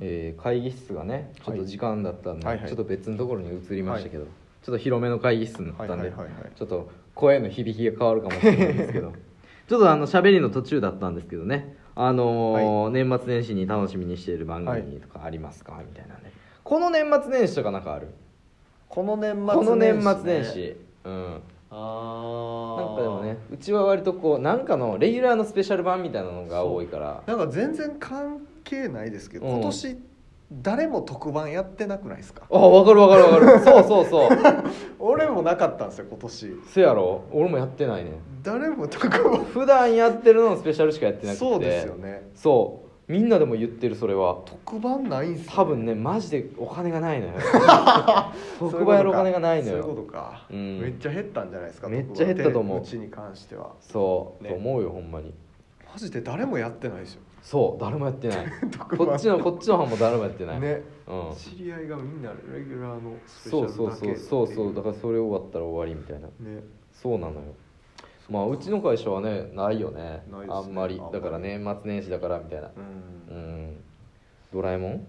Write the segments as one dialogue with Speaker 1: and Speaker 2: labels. Speaker 1: えー会議室がねちょっと時間だったんで、
Speaker 2: はいはい
Speaker 1: ちょっと別のところに移りましたけど、ちょっと広めの会議室になったんで、
Speaker 2: はいはいはいはい
Speaker 1: ちょっと声の響きが変わるかもしれないんですけど ちょっとあの喋りの途中だったんですけどねあのー年末年始に楽しみにしている番組とかありますか、みたいなねこの年末年始とかなんかある
Speaker 3: この年末
Speaker 1: この年末
Speaker 3: ね
Speaker 1: 年始うん
Speaker 3: ああ
Speaker 1: なんかでもねうちは割とこうなんかのレギュラーのスペシャル版みたいなのが多いから
Speaker 2: なんか全然関係ないですけど、
Speaker 1: うん
Speaker 2: 今年誰も特番やってなくないですか
Speaker 1: あ分かる分かる分かるそうそうそう
Speaker 2: 俺もなかったんですよ今年
Speaker 1: せやろ俺もやってないね
Speaker 2: 誰も特番
Speaker 1: 普段やってるののスペシャルしかやってなくて
Speaker 2: そうですよね
Speaker 1: そうみんなでも言ってるそれは
Speaker 2: 特番ないんすね
Speaker 1: 多分ねマジでお金が ないのよ
Speaker 2: そういう
Speaker 1: 特
Speaker 2: ことか
Speaker 1: 売やるお金がないの
Speaker 2: そういうこ
Speaker 1: よ
Speaker 2: とか、
Speaker 1: うん
Speaker 2: めっちゃ減ったんじゃないですか
Speaker 1: めっちゃ減ったと思う
Speaker 2: 特番ってうちに関しては
Speaker 1: そう
Speaker 2: ね
Speaker 1: と思うよほんまに
Speaker 2: マジで誰もやってないですよ
Speaker 1: そう誰もやってない
Speaker 2: 特番
Speaker 1: こっちのこっちの班も誰もやってない
Speaker 2: ね、
Speaker 1: うん
Speaker 2: 知り合いがみんなレギュラーのスペシャ
Speaker 1: そう
Speaker 2: ルだけ
Speaker 1: そうそうそうそうだ
Speaker 2: か
Speaker 1: からそれ終わったら終わりみたいな
Speaker 2: らね
Speaker 1: そうなのよまあうちの会社はねないよね
Speaker 2: ないですね
Speaker 1: あんま
Speaker 2: あん
Speaker 1: り
Speaker 2: まり
Speaker 1: だから年末年始だからみたいなう
Speaker 2: うん
Speaker 1: ドラえもん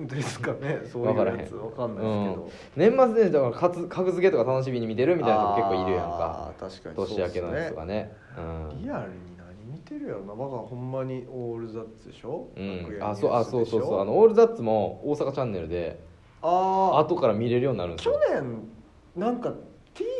Speaker 2: んですかねそうい
Speaker 1: わか
Speaker 2: う
Speaker 1: らへん
Speaker 2: やつわかんないですけ
Speaker 1: 年
Speaker 2: ど、
Speaker 1: 末年始だからかつ格付けとか楽しみに見てるみたいな人結構いるやん
Speaker 2: あ
Speaker 1: か
Speaker 2: ー確かに
Speaker 1: 年明けのやつとか
Speaker 2: ね
Speaker 1: ね
Speaker 2: リアルに何見てるやろな我がほんまにオールザッツでしょ、
Speaker 1: うん、う
Speaker 2: 楽屋
Speaker 1: ん、
Speaker 2: の
Speaker 1: あ
Speaker 2: やつ
Speaker 1: そうあそうそう
Speaker 2: でし
Speaker 1: そう
Speaker 2: ょ
Speaker 1: あのオールザッツも大阪チャンネルで
Speaker 2: あ
Speaker 1: 後から見れるようになるん
Speaker 2: ー
Speaker 1: です
Speaker 2: 去
Speaker 1: よ
Speaker 2: 年なんか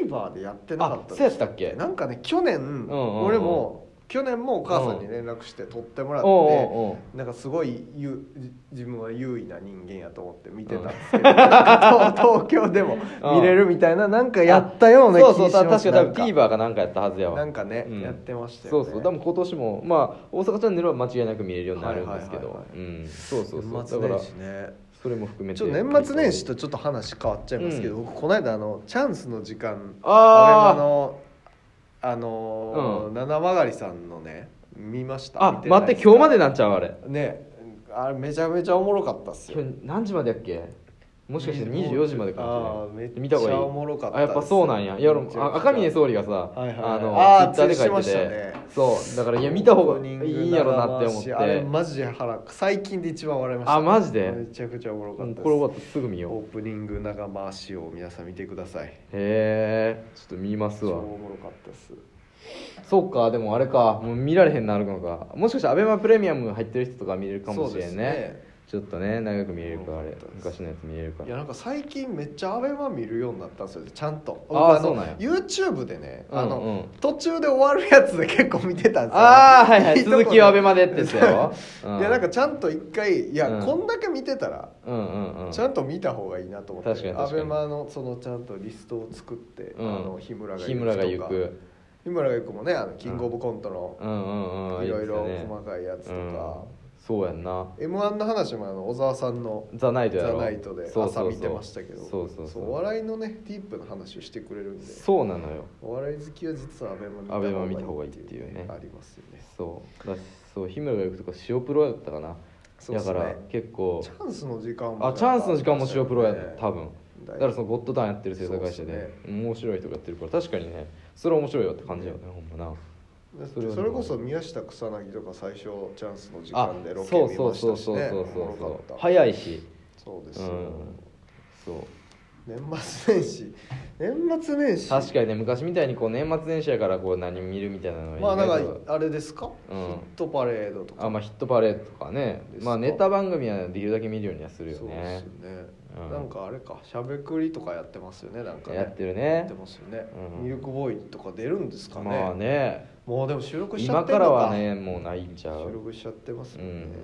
Speaker 2: TVer でやってなか
Speaker 1: あ
Speaker 2: った
Speaker 1: そうやったっけ
Speaker 2: なんかね去年、
Speaker 1: んうん
Speaker 2: 俺も去年もお母さんに連絡して撮ってもらって、
Speaker 1: おうおうおう
Speaker 2: なんかすごいゆ自分は優位な人間やと思って見てたんですけど、なんか東京でも見れるみたいななんかやったような気
Speaker 1: そう
Speaker 2: がし
Speaker 1: そ
Speaker 2: ま
Speaker 1: う
Speaker 2: す
Speaker 1: た確か
Speaker 2: な
Speaker 1: 多
Speaker 2: ん
Speaker 1: 分 TVer かなんかやったはずやわ
Speaker 2: なんかね、
Speaker 1: うん
Speaker 2: やってました
Speaker 1: そ
Speaker 2: よね
Speaker 1: うそう多分今年もまあ大阪チャンネルは間違いなく見れるようになるんですけ
Speaker 2: はいは
Speaker 1: ど
Speaker 2: いは
Speaker 1: う
Speaker 2: い
Speaker 1: んそうそうそう
Speaker 2: 年
Speaker 1: だ
Speaker 2: 末
Speaker 1: から
Speaker 2: 年始ね
Speaker 1: それも含めて
Speaker 2: ちょっと年末年始とちょっと話変わっちゃいますけど、
Speaker 1: う
Speaker 2: 僕この間あのチャンスの時間あ
Speaker 1: あ
Speaker 2: のあのー
Speaker 1: うん
Speaker 2: 七曲りさんのね見まし
Speaker 1: ー
Speaker 2: た
Speaker 1: あ待って今日までなっちゃうあれ
Speaker 2: 日ねあれめちゃめちゃおもろかったっす
Speaker 1: 今
Speaker 2: よ
Speaker 1: 日何時までやっけもしかして24時までか
Speaker 2: あ
Speaker 1: もしれな
Speaker 2: ーめっ
Speaker 1: い
Speaker 2: ちゃ
Speaker 1: 見た方がいい
Speaker 2: おもろかった
Speaker 1: あやっぱそうなんやいや俺もあ赤嶺
Speaker 2: う
Speaker 1: 総理がさ
Speaker 2: いはいはい
Speaker 1: あ
Speaker 2: あー
Speaker 1: のツイッターで書いて
Speaker 2: ツイートして
Speaker 1: て
Speaker 2: ま
Speaker 1: そうだからいや見た方がいいんやろなって思っ
Speaker 2: あれ
Speaker 1: て
Speaker 2: マジで腹最近で一番笑いました
Speaker 1: あマジで
Speaker 2: めちゃくちゃおもろか
Speaker 1: う
Speaker 2: っ
Speaker 1: ん
Speaker 2: たです
Speaker 1: これ終わったらすぐ見よ
Speaker 2: オ
Speaker 1: う
Speaker 2: ープニング長回しを皆さん見てください
Speaker 1: へえちょっと見ます
Speaker 2: 超
Speaker 1: わ
Speaker 2: おもろかったです
Speaker 1: そっかでもあれかもう見られへんなるのかもしかしてアベマプレミアム入ってる人とか見れるかもしれんねちょっとね長く見れるからあれ昔のやつ見れるか
Speaker 2: いや
Speaker 1: ら
Speaker 2: なんか最近めっちゃアベマ見るようになったんですよちゃんと
Speaker 1: あー
Speaker 2: 僕の
Speaker 1: そうなんや
Speaker 2: YouTube でねあの、
Speaker 1: うんうん
Speaker 2: 途中で終わるやつで結構見てたんですよ
Speaker 1: ああはいはい
Speaker 2: とこで
Speaker 1: 続きをアベマでってやつやろ
Speaker 2: いやなんかちゃんと一回いや、
Speaker 1: うん
Speaker 2: こんだけ見てたら
Speaker 1: うんうんうん
Speaker 2: ちゃんと見た方がいいなと思って、
Speaker 1: 確かに確かに
Speaker 2: アベマのそのちゃんとリストを作って、
Speaker 1: うん
Speaker 2: あの日村が
Speaker 1: 日村が行
Speaker 2: とか
Speaker 1: く
Speaker 2: 日村が行くもねあのキングオブコントの
Speaker 1: うんうんうん
Speaker 2: いろいろ
Speaker 1: 言ってたね
Speaker 2: 細かいやつとか、
Speaker 1: うんそうやんな
Speaker 2: m 1の話もあの小沢さんの
Speaker 1: ザ・ナイ
Speaker 2: 「
Speaker 1: トや
Speaker 2: ザ・
Speaker 1: ろ
Speaker 2: ナイト」で
Speaker 1: そうそうそ
Speaker 2: 朝
Speaker 1: う
Speaker 2: 見てましたけど
Speaker 1: そうそうそ
Speaker 2: お
Speaker 1: う
Speaker 2: 笑いのねディープな話をしてくれるんで
Speaker 1: そうなのよ
Speaker 2: お笑い好きは実はアベマ
Speaker 1: アベマ見た方がいいっていうね
Speaker 2: ありますよね
Speaker 1: そうだしそう日村が行くとか塩プロやったかな
Speaker 2: そうっ
Speaker 1: だ
Speaker 2: すね
Speaker 1: から結構
Speaker 2: チャンスの時間も
Speaker 1: あチャンスの時間も塩プロやった多
Speaker 2: 分
Speaker 1: 分だからそのゴッドタンやってる制作会社で
Speaker 2: そうっ
Speaker 1: 面白い人がやってるから確かにねそれは面白いよって感じだよねほんまな
Speaker 2: だって
Speaker 1: それはね
Speaker 2: それこそ宮下草薙とか最初チャンスの時
Speaker 1: あ
Speaker 2: 間でロケ
Speaker 1: そ
Speaker 2: 見
Speaker 1: うそ
Speaker 2: ま
Speaker 1: う
Speaker 2: し
Speaker 1: そう
Speaker 2: たし
Speaker 1: そう
Speaker 2: ね
Speaker 1: そう
Speaker 2: お
Speaker 1: そう
Speaker 2: もろか
Speaker 1: そう
Speaker 2: った
Speaker 1: 早いし
Speaker 2: そうです
Speaker 1: う
Speaker 2: よ
Speaker 1: んそう
Speaker 2: 年末年始年末年始
Speaker 1: 確かにね昔みたいにこう年末年始やからこう何見るみたいなのは
Speaker 2: まあ
Speaker 1: 意
Speaker 2: な
Speaker 1: 外と
Speaker 2: んかあれですかヒ
Speaker 1: うん
Speaker 2: ットパレードとか
Speaker 1: あまあヒットパレードとかね
Speaker 2: ですか
Speaker 1: まあネタ番組はできるだけ見るようにはするよ
Speaker 2: そうです
Speaker 1: ね
Speaker 2: よね、
Speaker 1: うん
Speaker 2: なんかあれかしゃべくりとかやってますよねなんかね
Speaker 1: やってる
Speaker 2: や
Speaker 1: ね
Speaker 2: ってますよね、
Speaker 1: うん
Speaker 2: ミルクボーイとか出るんですかね,、
Speaker 1: まあね
Speaker 2: もうでも収録しちゃ
Speaker 1: 今
Speaker 2: ってん
Speaker 1: か
Speaker 2: のから
Speaker 1: はねもうないんちゃ
Speaker 2: 収
Speaker 1: う
Speaker 2: 録しちゃってますもんね、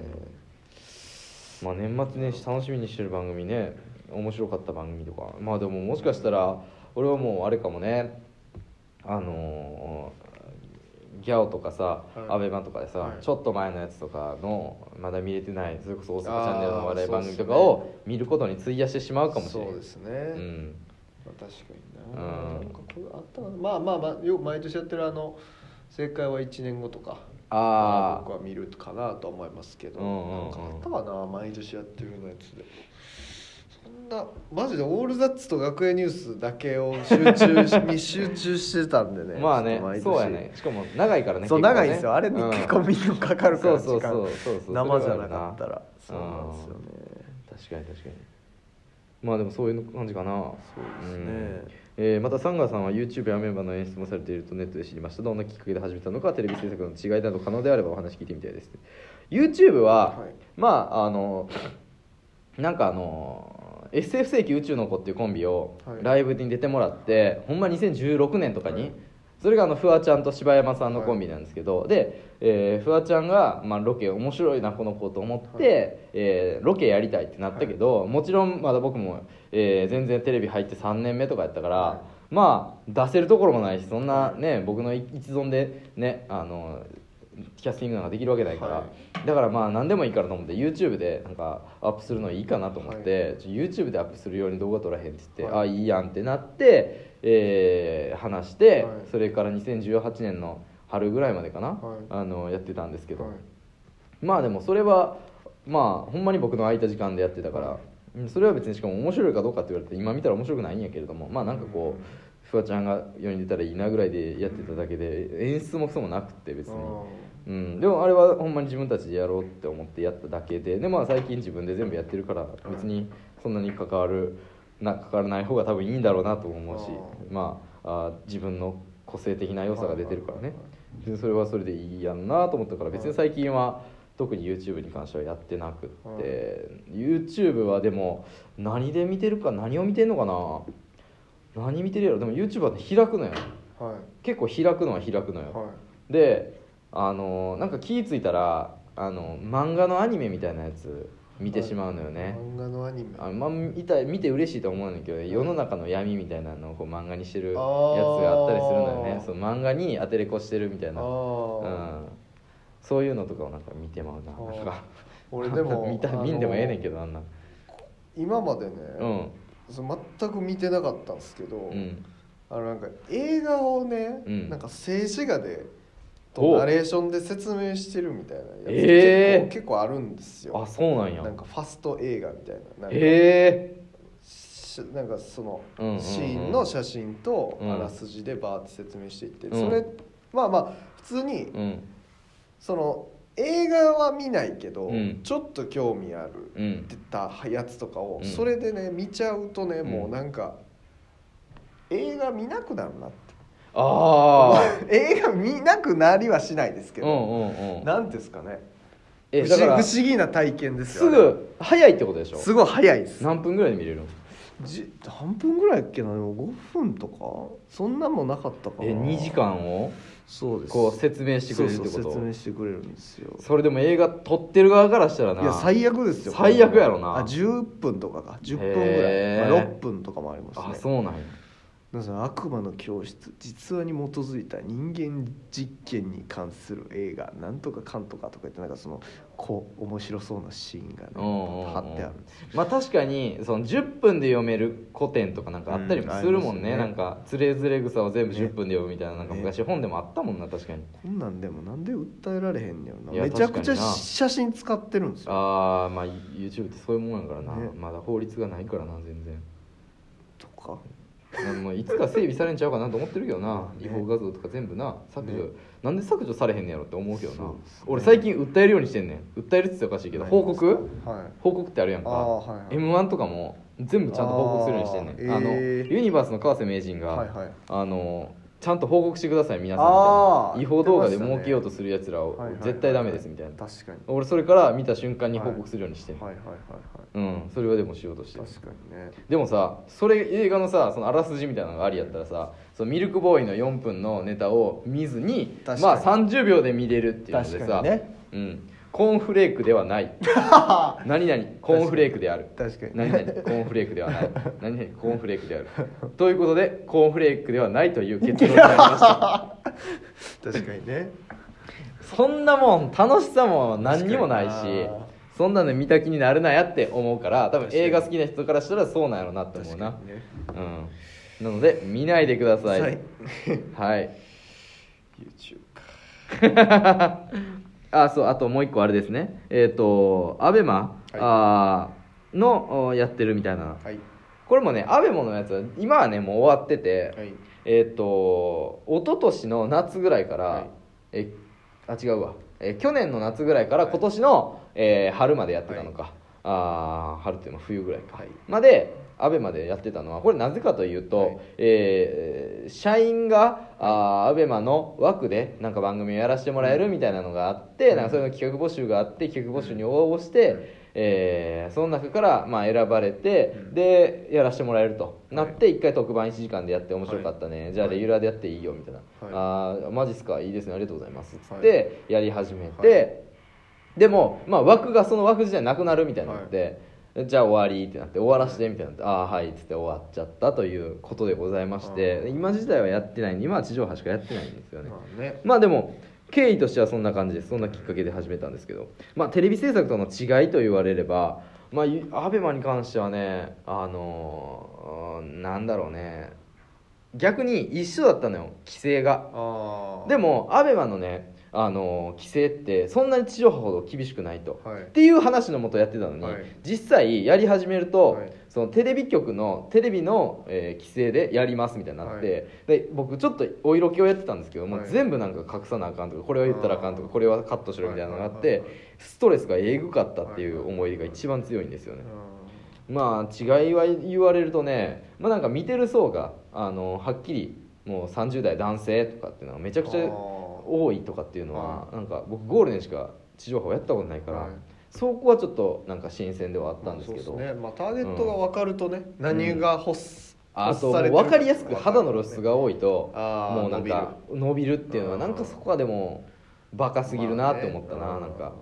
Speaker 1: まあ年末年始楽しみにしてる番組ね面白かった番組とかまあでももしかしたら俺はもうあれかもねあのーギャオとかさ、
Speaker 2: はい
Speaker 1: アベマとかでさ、
Speaker 2: はい
Speaker 1: ちょっと前のやつとかのまだ見れてないそれこそ大阪チャンネルの
Speaker 2: あー
Speaker 1: 笑い番組とか
Speaker 2: そうっ
Speaker 1: を見ることに費やしてしまうかもしれない
Speaker 2: そうですね、
Speaker 1: うん、
Speaker 2: まあ、確かにな,、
Speaker 1: うん
Speaker 2: なんかこれあったなまあまあまあよく毎年やってるあの正解は1年後とか
Speaker 1: ああ
Speaker 2: 僕は見るかなと思いますけど、
Speaker 1: うんうんうん
Speaker 2: なんかあったかな毎年やってるようなやつでそんなマジでオールザッツと学園ニュースだけを集中し に集中してたんでね
Speaker 1: まあ
Speaker 2: ちょっと毎
Speaker 1: ね
Speaker 2: 年
Speaker 1: そうやねしかも長いからね
Speaker 2: そう
Speaker 1: 結構ね
Speaker 2: 長いんですよあれに
Speaker 1: うん
Speaker 2: 結構みんなかかるから
Speaker 1: そうそうそうそうそう
Speaker 2: 時間生じゃなかったらそうなんですよね
Speaker 1: 確かに確かにまあでもそういう感じかな
Speaker 2: そうですね、
Speaker 1: うんえーまたサンガーさんは YouTube やメンバーの演出もされているとネットで知りましたどんなきっかけで始めたのかテレビ制作の違いなど可能であればお話聞いてみたいです YouTube は、
Speaker 2: はい
Speaker 1: まああのなんかあの SF 世紀宇宙の子っていうコンビを
Speaker 2: はい
Speaker 1: ライブに出てもらって、ほんま2016年とかに、それがあのフワちゃんと柴山さんのコンビなんですけど、で、えーフワちゃんが、まあ、ロケ面白いなこの子と思って、
Speaker 2: は
Speaker 1: えーロケやりたいってなったけど、もちろんまだ僕も、えー全然テレビ入って3年目とかやったから、
Speaker 2: は
Speaker 1: まあ出せるところもないしそんなね僕の一存でねあのキャスティングなんかできるわけないから、
Speaker 2: は
Speaker 1: だからまあ何でもいいからと思って YouTube でなんかアップするのいいかなと思って、ちょ YouTube でアップするように動画撮らへんって言って、
Speaker 2: はい
Speaker 1: あいいやんってなって、えー話して、
Speaker 2: はい
Speaker 1: それから2018年の春ぐらいまでかな、
Speaker 2: はい
Speaker 1: あのやってたんですけど、
Speaker 2: はい
Speaker 1: まあでもそれはまあほんまに僕の空いた時間でやってたから、うんそれは別にしかも面白いかどうかって言われて今見たら面白くないんやけれどもまあなんかこう、
Speaker 2: うん
Speaker 1: フワちゃんが世に出たらいいなぐらいでやってただけで、演出もクソもなくって別に。うん、でもあれはほんまに自分たちでやろうって思ってやっただけでで、まあ、最近自分で全部やってるから別にそんなに関わるな関わらない方が多分いいんだろうなとも思うし
Speaker 2: あ
Speaker 1: まああー自分の個性的な良さが出てるから
Speaker 2: はい
Speaker 1: ね
Speaker 2: はいはい
Speaker 1: 別にそれはそれでいいやんなと思ったから
Speaker 2: はい
Speaker 1: 別に最近は特に YouTube に関してはやってなくっ
Speaker 2: は
Speaker 1: て YouTube はでも何で見てるか何を見てんのかな何見てるやろでも YouTube はね開くのよ
Speaker 2: あーはい
Speaker 1: 結構開くのは開くのよ、
Speaker 2: はい
Speaker 1: であのなんか気ぃ付いたらあの漫画のアニメみたいなやつ見てしまうのよね、
Speaker 2: 漫画のアニメ
Speaker 1: あまあ、見た見て嬉しいと思うんだけど、
Speaker 2: い
Speaker 1: 世の中の闇みたいなのをこう漫画にしてるやつ
Speaker 2: あ
Speaker 1: が
Speaker 2: ー
Speaker 1: あったりするのよねそう漫画に当てれこしてるみたいな、う
Speaker 2: ああ
Speaker 1: ん、そういうのとかをなんか見てまうな
Speaker 2: あー
Speaker 1: なんか
Speaker 2: 俺でも
Speaker 1: 見た見んでもええねんけ
Speaker 2: ど
Speaker 1: どあんなん
Speaker 2: 今までね、
Speaker 1: うん
Speaker 2: その全く見てなかったんですけど、
Speaker 1: うん
Speaker 2: あのなんか映画をね、
Speaker 1: うん
Speaker 2: なんか静止画でと
Speaker 1: お
Speaker 2: ナレーションで説明してるみたいなやつ結構,、
Speaker 1: えー
Speaker 2: 結構あるんですよ
Speaker 1: あそうなんや
Speaker 2: なんかファスト映画みたいななんか
Speaker 1: へ
Speaker 2: しなんかその
Speaker 1: うんうんうん
Speaker 2: シーンの写真と
Speaker 1: うん
Speaker 2: あらすじでバーって説明していって、
Speaker 1: うん
Speaker 2: それまあまあ普通に
Speaker 1: えうん
Speaker 2: その映画は見ないけど、
Speaker 1: うん
Speaker 2: ちょっと興味ある
Speaker 1: うん
Speaker 2: ってたやつとかを、
Speaker 1: うん
Speaker 2: それでね見ちゃうとね、
Speaker 1: ん
Speaker 2: もうなんか映画見なくなるなって
Speaker 1: ああ
Speaker 2: 映画見なくなりはしないですけ
Speaker 1: う
Speaker 2: ど、
Speaker 1: んうんうん
Speaker 2: なんですかね
Speaker 1: え
Speaker 2: 不
Speaker 1: だ
Speaker 2: 思
Speaker 1: から
Speaker 2: 不思議な体験です
Speaker 1: す
Speaker 2: よ
Speaker 1: ぐ早いってことでしょ
Speaker 2: すごい早いです
Speaker 1: 何分ぐらいで見れるの
Speaker 2: じ何分ぐらいやっけなでも5分とかそんなもんなかったかな
Speaker 1: え2時間を
Speaker 2: そうです
Speaker 1: こう説明してくれるってこと
Speaker 2: そ
Speaker 1: そう
Speaker 2: そう説明してくれるんですよ
Speaker 1: れでも映画撮ってる側からしたらない
Speaker 2: や最悪ですよ
Speaker 1: 最悪やろな
Speaker 2: あ10分とかか10分ぐ
Speaker 1: へ
Speaker 2: らい、
Speaker 1: ー
Speaker 2: まあ、6分とかもありますね
Speaker 1: あそうなんや
Speaker 2: なぜ悪魔の教室実話に基づいた人間実験に関する映画なんとかかんとかとか言ってなんかそのこう面白そうなシーンがね
Speaker 1: うんうんうん
Speaker 2: 貼ってあるんですよ
Speaker 1: まあ確かにその10分で読める古典とかなんかあったりもするもんね,、
Speaker 2: うんあ
Speaker 1: な
Speaker 2: り
Speaker 1: ん
Speaker 2: ますよね
Speaker 1: か「つれづれ草」を全部10分で読むみたいななんか
Speaker 2: ね
Speaker 1: 昔本でもあったもんな確かに
Speaker 2: こんなんでもなんで訴えられへんねやろ
Speaker 1: い
Speaker 2: な
Speaker 1: や
Speaker 2: めちゃくち
Speaker 1: 確か
Speaker 2: ゃ
Speaker 1: にな
Speaker 2: 写真使ってるんですよ
Speaker 1: ああまあ YouTube ってそういうもんやからな、
Speaker 2: ね
Speaker 1: まだ法律がないからな全然
Speaker 2: とか
Speaker 1: でもいつか整備されんちゃうかなと思ってるけどな、
Speaker 2: ね
Speaker 1: 違法画像とか全部な削除、
Speaker 2: ね
Speaker 1: なんで削除されへんねやろって思うけどな、
Speaker 2: そうですね
Speaker 1: 俺最近訴えるようにしてんねん訴えるって言ったらおかしいけど報告
Speaker 2: はい
Speaker 1: 報告ってあるやんか、
Speaker 2: ああはいはい
Speaker 1: m 1とかも全部ちゃんと報告するようにしてんねんあ,、
Speaker 2: あーえー
Speaker 1: のユニバースの川瀬名人が、
Speaker 2: はいはい
Speaker 1: あのちゃんと報告してください皆さんみ
Speaker 2: あ
Speaker 1: たい
Speaker 2: ー
Speaker 1: な違法動画で
Speaker 2: 言ってま
Speaker 1: 儲
Speaker 2: したね
Speaker 1: けようとするやつらを
Speaker 2: はいはい
Speaker 1: 絶対ダメですみたいな、
Speaker 2: 確かに
Speaker 1: 俺それから見た瞬間に報告するようにしてんねん、
Speaker 2: はいはいはい
Speaker 1: うんそれはでもしようとして
Speaker 2: は
Speaker 1: る
Speaker 2: い確かにね
Speaker 1: でもさそれ映画のさそのあらすじみたいなのがありやったらさそのミルクボーイの4分のネタを見ずに
Speaker 2: 確
Speaker 1: ま
Speaker 2: か
Speaker 1: あ
Speaker 2: に
Speaker 1: 30秒で見れるっていうので
Speaker 2: 確
Speaker 1: さ、
Speaker 2: かにね
Speaker 1: うん、コーンフレークではない 何々コーンフレークである
Speaker 2: 確かに
Speaker 1: 何々コーンフレークではない何々コーンフレークであるということでコーンフレークではないという結論になりました
Speaker 2: 確かにね
Speaker 1: そんなもん楽しさも何にもない
Speaker 2: 確か
Speaker 1: し
Speaker 2: にな
Speaker 1: そんなの見た気になるなやって思うから多分
Speaker 2: 確かに
Speaker 1: 映画好きな人からしたらそうなんやろなって思う
Speaker 2: 確
Speaker 1: な
Speaker 2: かにね
Speaker 1: うん、なので見ないでください、
Speaker 2: は
Speaker 1: はいい
Speaker 2: YouTube か
Speaker 1: あそうあともう一個あれですねえっ、と ABEMA、あーのおやってるみたいな
Speaker 2: はい
Speaker 1: これもね ABEMA のやつは今はねもう終わってて、
Speaker 2: はい
Speaker 1: えっ、と一昨年の夏ぐらいから、
Speaker 2: はい
Speaker 1: えあ違うわえ去年の夏ぐらいから今年の、えー春までやってたのか、あー春っていうのは冬ぐらいか、までアベまでやってたのはこれなぜかというと、
Speaker 2: はい
Speaker 1: えー社員があーアベマの枠でなんか番組をやらせてもらえるみたいなのがあって、なんかそれの企画募集があって企画募集に応募して、えーその中からまあ選ばれて、
Speaker 2: うん
Speaker 1: でやらせてもらえるとなって1回特番1時間でやって面白かったね、じゃあ
Speaker 2: はい
Speaker 1: レギュラーでやっていいよみたいな「
Speaker 2: はい
Speaker 1: ああマジっすかいいですねありがとうございます」つっ
Speaker 2: は
Speaker 1: てやり始めて、
Speaker 2: は
Speaker 1: でも、まあ、枠がその枠じゃなくなるみたいになって、じゃあ終わりってなって終わらしてみたいになって、ああはいっつって終わっちゃったということでございまして
Speaker 2: あー
Speaker 1: 今自体はやってないんで今は地上波しかやってないんですよね
Speaker 2: まあね
Speaker 1: まあでも経緯としてはそんな感じですそんなきっかけで始めたんですけど、まあ、テレビ制作との違いと言われれば、まあ、ゆアベマに関してはねあのーなんだろうね逆に一緒だったのよ規制が
Speaker 2: ああ
Speaker 1: でもアベマのね、あのー規制ってそんなに地上波ほど厳しくないと、
Speaker 2: はい
Speaker 1: っていう話のもとやってたのに、
Speaker 2: はい
Speaker 1: 実際やり始めると、
Speaker 2: はい
Speaker 1: そのテレビ局のテレビの、えー規制でやりますみたいになって、で僕ちょっとお色気をやってたんですけども、
Speaker 2: はい
Speaker 1: 全部なんか隠さなあかんとかこれは言ったらあかんとか
Speaker 2: あー
Speaker 1: これはカットしろみたいなのがあっ
Speaker 2: はい
Speaker 1: て
Speaker 2: はいはいはい
Speaker 1: ストレスがえぐかったっていう思い出が一番強いんですよね。まあ違いは言われるとね、まあ、なんか見てる層があのはっきりもう30代男性とかっていうのはめちゃくちゃ
Speaker 2: あー
Speaker 1: 多いとかっていうのは
Speaker 2: は
Speaker 1: なんか僕ゴールデンしか地上波をやったことないから、
Speaker 2: はい
Speaker 1: そこはちょっとなんか新鮮ではあったんですけ
Speaker 2: そ
Speaker 1: ど、
Speaker 2: うですねまあターゲットが分かるとね、何が欲す、
Speaker 1: あと
Speaker 2: 欲されてる
Speaker 1: 分かりやすく肌の露出が多いと
Speaker 2: あー
Speaker 1: もうなんか伸びるっていうのは
Speaker 2: うん
Speaker 1: なんかそこはでもバカすぎるなって思った
Speaker 2: ま
Speaker 1: な
Speaker 2: あね
Speaker 1: なん
Speaker 2: う
Speaker 1: か
Speaker 2: ん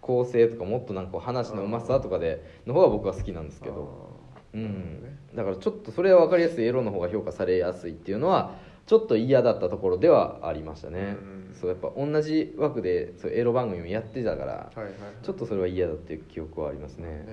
Speaker 1: 構成とかもっとなんか話のうまさとかでの方が僕は好きなんですけどう
Speaker 2: なるほど
Speaker 1: ん
Speaker 2: ね
Speaker 1: だからちょっとそれは分かりやすいエロの方が評価されやすいっていうのはちょっと嫌だったところではありましたね
Speaker 2: うん
Speaker 1: そうやっぱ同じ枠でそうエロ番組もやってたから
Speaker 2: あーはいはいはい
Speaker 1: ちょっとそれは嫌だっていう記憶はありますね